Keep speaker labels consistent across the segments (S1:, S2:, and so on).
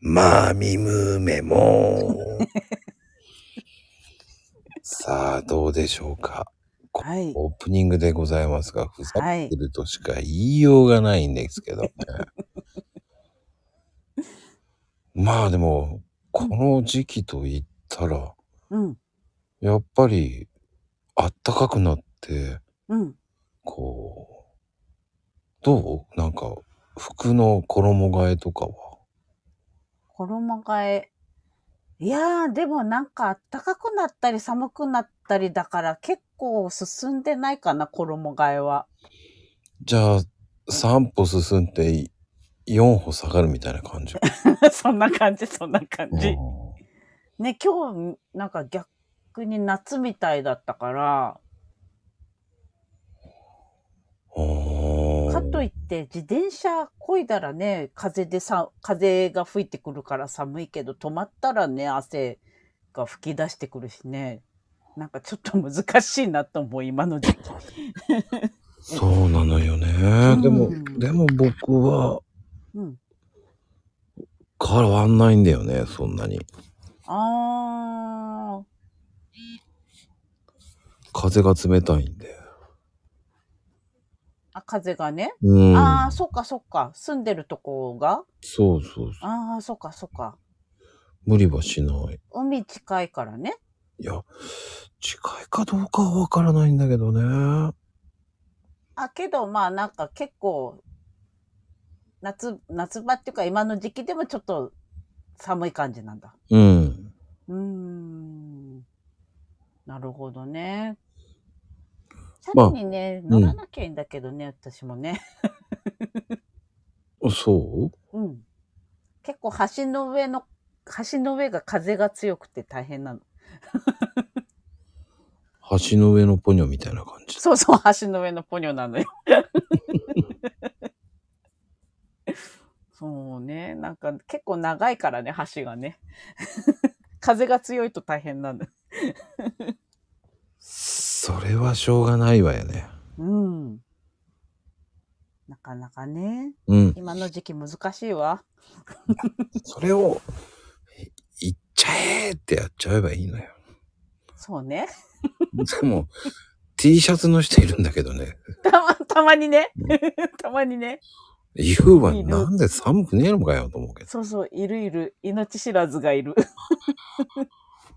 S1: まあ、みむめも。さあ、どうでしょうか。
S2: はい。
S1: オープニングでございますが、ふざ
S2: はい
S1: けてるとしか言いようがないんですけどね。まあでも、この時期と言ったら、
S2: うん。
S1: やっぱり、あったかくなって、
S2: うん。
S1: こう、どうなんか、服の衣替えとかは。
S2: 衣替え。いやー、でもなんか暖かくなったり寒くなったりだから結構進んでないかな、衣替えは。
S1: じゃあ、3歩進んで、4歩下がるみたいな感じ。
S2: そんな感じ、そんな感
S1: う
S2: じ。
S1: ん
S2: ね、今日、なんか逆に夏みたいだったから、
S1: おー
S2: かといって自転車こいだらね、風でさ、風が吹いてくるから寒いけど、止まったらね、汗が吹き出してくるしね、なんかちょっと難しいなと思う、今の時期。
S1: そうなのよね。
S2: ん
S1: でも、でも僕は
S2: うん。
S1: 変わんないんだよね、そんなに。
S2: あー、
S1: 風が冷たいんで。
S2: あ、風がね。
S1: うん。
S2: あー、そっかそっか。住んでるとこが
S1: そうそうそう。
S2: あー、そっかそっか。
S1: 無理はしない。
S2: 海近いからね。
S1: いや、近いかどうかはわからないんだけどね。
S2: あ、けど、まあ、なんか結構、夏、夏場っていうか今の時期でもちょっと寒い感じなんだ。
S1: うん。
S2: うーん。なるほどね。さ
S1: まあ
S2: らにね、乗らなきゃいいんだけどね、私もね。
S1: そ
S2: うん。結構橋の上の、橋の上が風が強くて大変なの。
S1: う橋の上のポニョみたいな感じ。
S2: そうそう、橋の上のポニョなのよ。そうね。なんか結構長いからね、橋がね。風が強いと大変なの。
S1: それはしょうがないわよね。
S2: うん。なかなかね、
S1: うん。
S2: 今の時期難しいわ。
S1: それを、いっちゃえーってやっちゃえばいい のよ。
S2: そうね。
S1: でも、T シャツの人いるんだけどね。
S2: たま、たまにね
S1: う。
S2: たまにね。
S1: 言うわ、
S2: いる
S1: なんで寒くねえのかよと思うけど。
S2: そうそう、いるいる。命知らずがいる。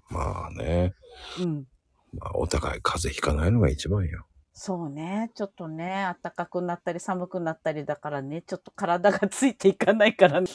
S1: まあね、
S2: うん。
S1: まあ、お互い風邪ひかないのが一番よ。
S2: そうね。ちょっとね、暖かくなったり寒くなったりだからね、ちょっと体がついていかないからね。